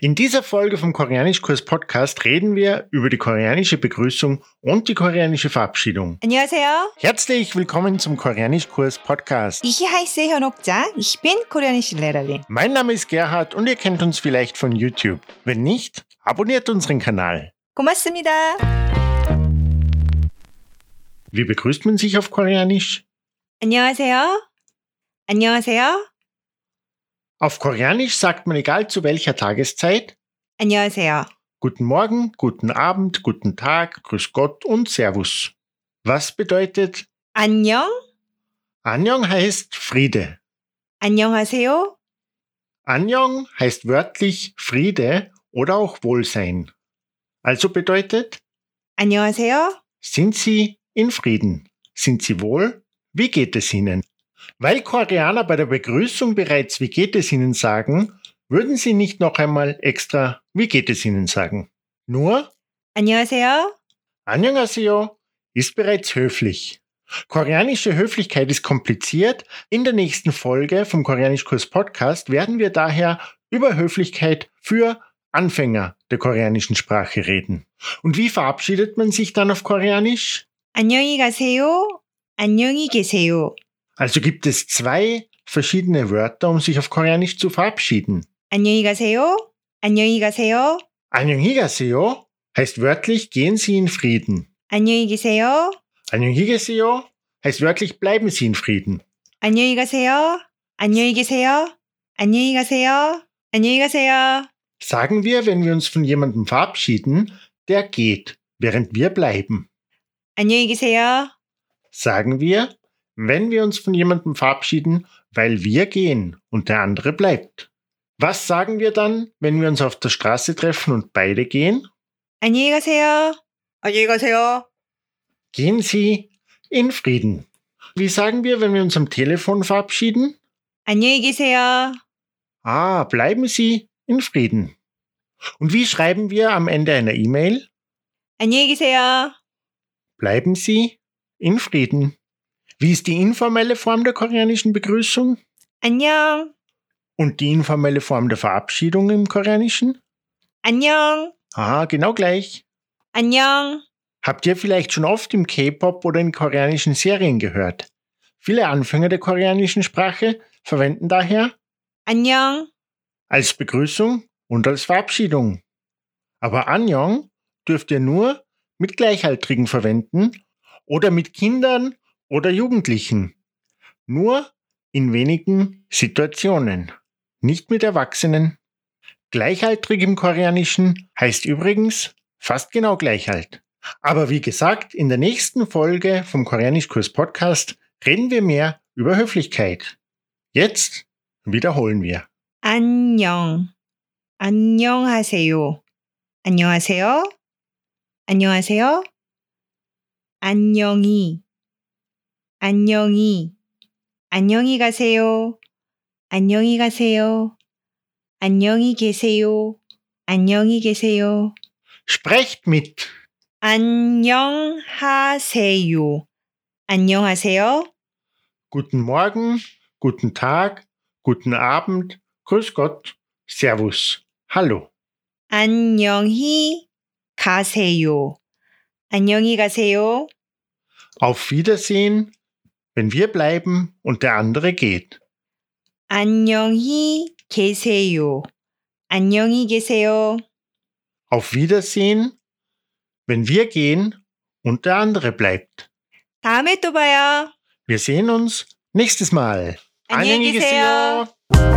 In dieser Folge vom Koreanischkurs Podcast reden wir über die koreanische Begrüßung und die koreanische Verabschiedung. 안녕하세요. Herzlich willkommen zum Koreanischkurs Podcast. Ich heiße Hyunokja. Ich bin koreanische Lehrerin. Mein Name ist Gerhard und ihr kennt uns vielleicht von YouTube. Wenn nicht, abonniert unseren Kanal. 고맙습니다. Wie begrüßt man sich auf Koreanisch? 안녕하세요. 안녕하세요. Auf Koreanisch sagt man egal zu welcher Tageszeit 안녕하세요. Guten Morgen, guten Abend, guten Tag, Grüß Gott und Servus. Was bedeutet 안녕. Anjong heißt Friede. 안녕하세요. Anjong heißt wörtlich Friede oder auch Wohlsein. Also bedeutet, 안녕하세요. sind Sie in Frieden? Sind Sie wohl? Wie geht es Ihnen? Weil Koreaner bei der Begrüßung bereits Wie geht es Ihnen sagen, würden sie nicht noch einmal extra Wie geht es Ihnen sagen. Nur 안녕하세요. Annyeonghaseyo E ist bereits höflich. Koreanische Höflichkeit ist kompliziert. In der nächsten Folge vom Koreanischkurs Podcast werden wir daher über Höflichkeit für Anfänger der koreanischen Sprache reden. Und wie verabschiedet man sich dann auf Koreanisch? 안녕히 가세요. 안녕히 계세요. Also gibt es zwei verschiedene Wörter, um sich auf Koreanisch zu verabschieden. 안녕히 가세요. 안녕히 가세요. Annyeonghigaseyo E heißt wörtlich gehen Sie in Frieden. 안녕히 계세요. Annyeonghigaseyo heißt wörtlich bleiben Sie in Frieden. 안녕히 가세요. 안녕히 계세요. 안녕히 가세요. 안녕히 가세요. sagen wir, wenn wir uns von jemandem verabschieden, der geht, während wir bleiben. 안녕히 계세요. Sagen wir, wenn wir uns von jemandem verabschieden, weil wir gehen und der andere bleibt. Was sagen wir dann, wenn wir uns auf der Straße treffen und beide gehen? 안녕히 가세요. 안녕히 가세요. Gehen Sie in Frieden. Wie sagen wir, wenn wir uns am Telefon verabschieden? 안녕히 계세요. Ah, bleiben Sie in Frieden. Und wie schreiben wir am Ende einer E-Mail? 안녕히 계세요. Bleiben Sie in Frieden. Wie ist die informelle Form der koreanischen Begrüßung? 안녕. Und die informelle Form der Verabschiedung im Koreanischen? 안녕. Ah, genau gleich. 안녕. Habt ihr vielleicht schon oft im K-Pop oder in koreanischen Serien gehört? Viele Anfänger der koreanischen Sprache verwenden daher 안녕. als Begrüßung und als Verabschiedung. Aber Anjong dürft ihr nur mit Gleichaltrigen verwenden oder mit Kindern oder Jugendlichen. Nur in wenigen Situationen, nicht mit Erwachsenen. Gleichaltrig im Koreanischen heißt übrigens fast genau gleich alt. Aber wie gesagt, in der nächsten Folge vom Koreanischkurs Podcast reden wir mehr über Höflichkeit. Jetzt wiederholen wir. 안녕. 안녕하세요. 안녕하세요. 안녕하세요. 안녕히. 안녕히. 안녕히 가세요. 안녕히 가세요. 안녕히 계세요. 안녕히 계세요. Sprecht mit. 안녕하세요. 안녕하세요. Guten Morgen, guten Tag, guten Abend, Grüß Gott, Servus, Hallo. 안녕히 가세요. 안녕히 가세요. Auf Wiedersehen, wenn wir bleiben und der andere geht. 안녕히 계세요. 안녕히 계세요. Auf Wiedersehen, wenn wir gehen und der andere bleibt. 다음에 또 봐요. Wir sehen uns nächstes Mal. 안녕히 안녕히 계세요. 계세요.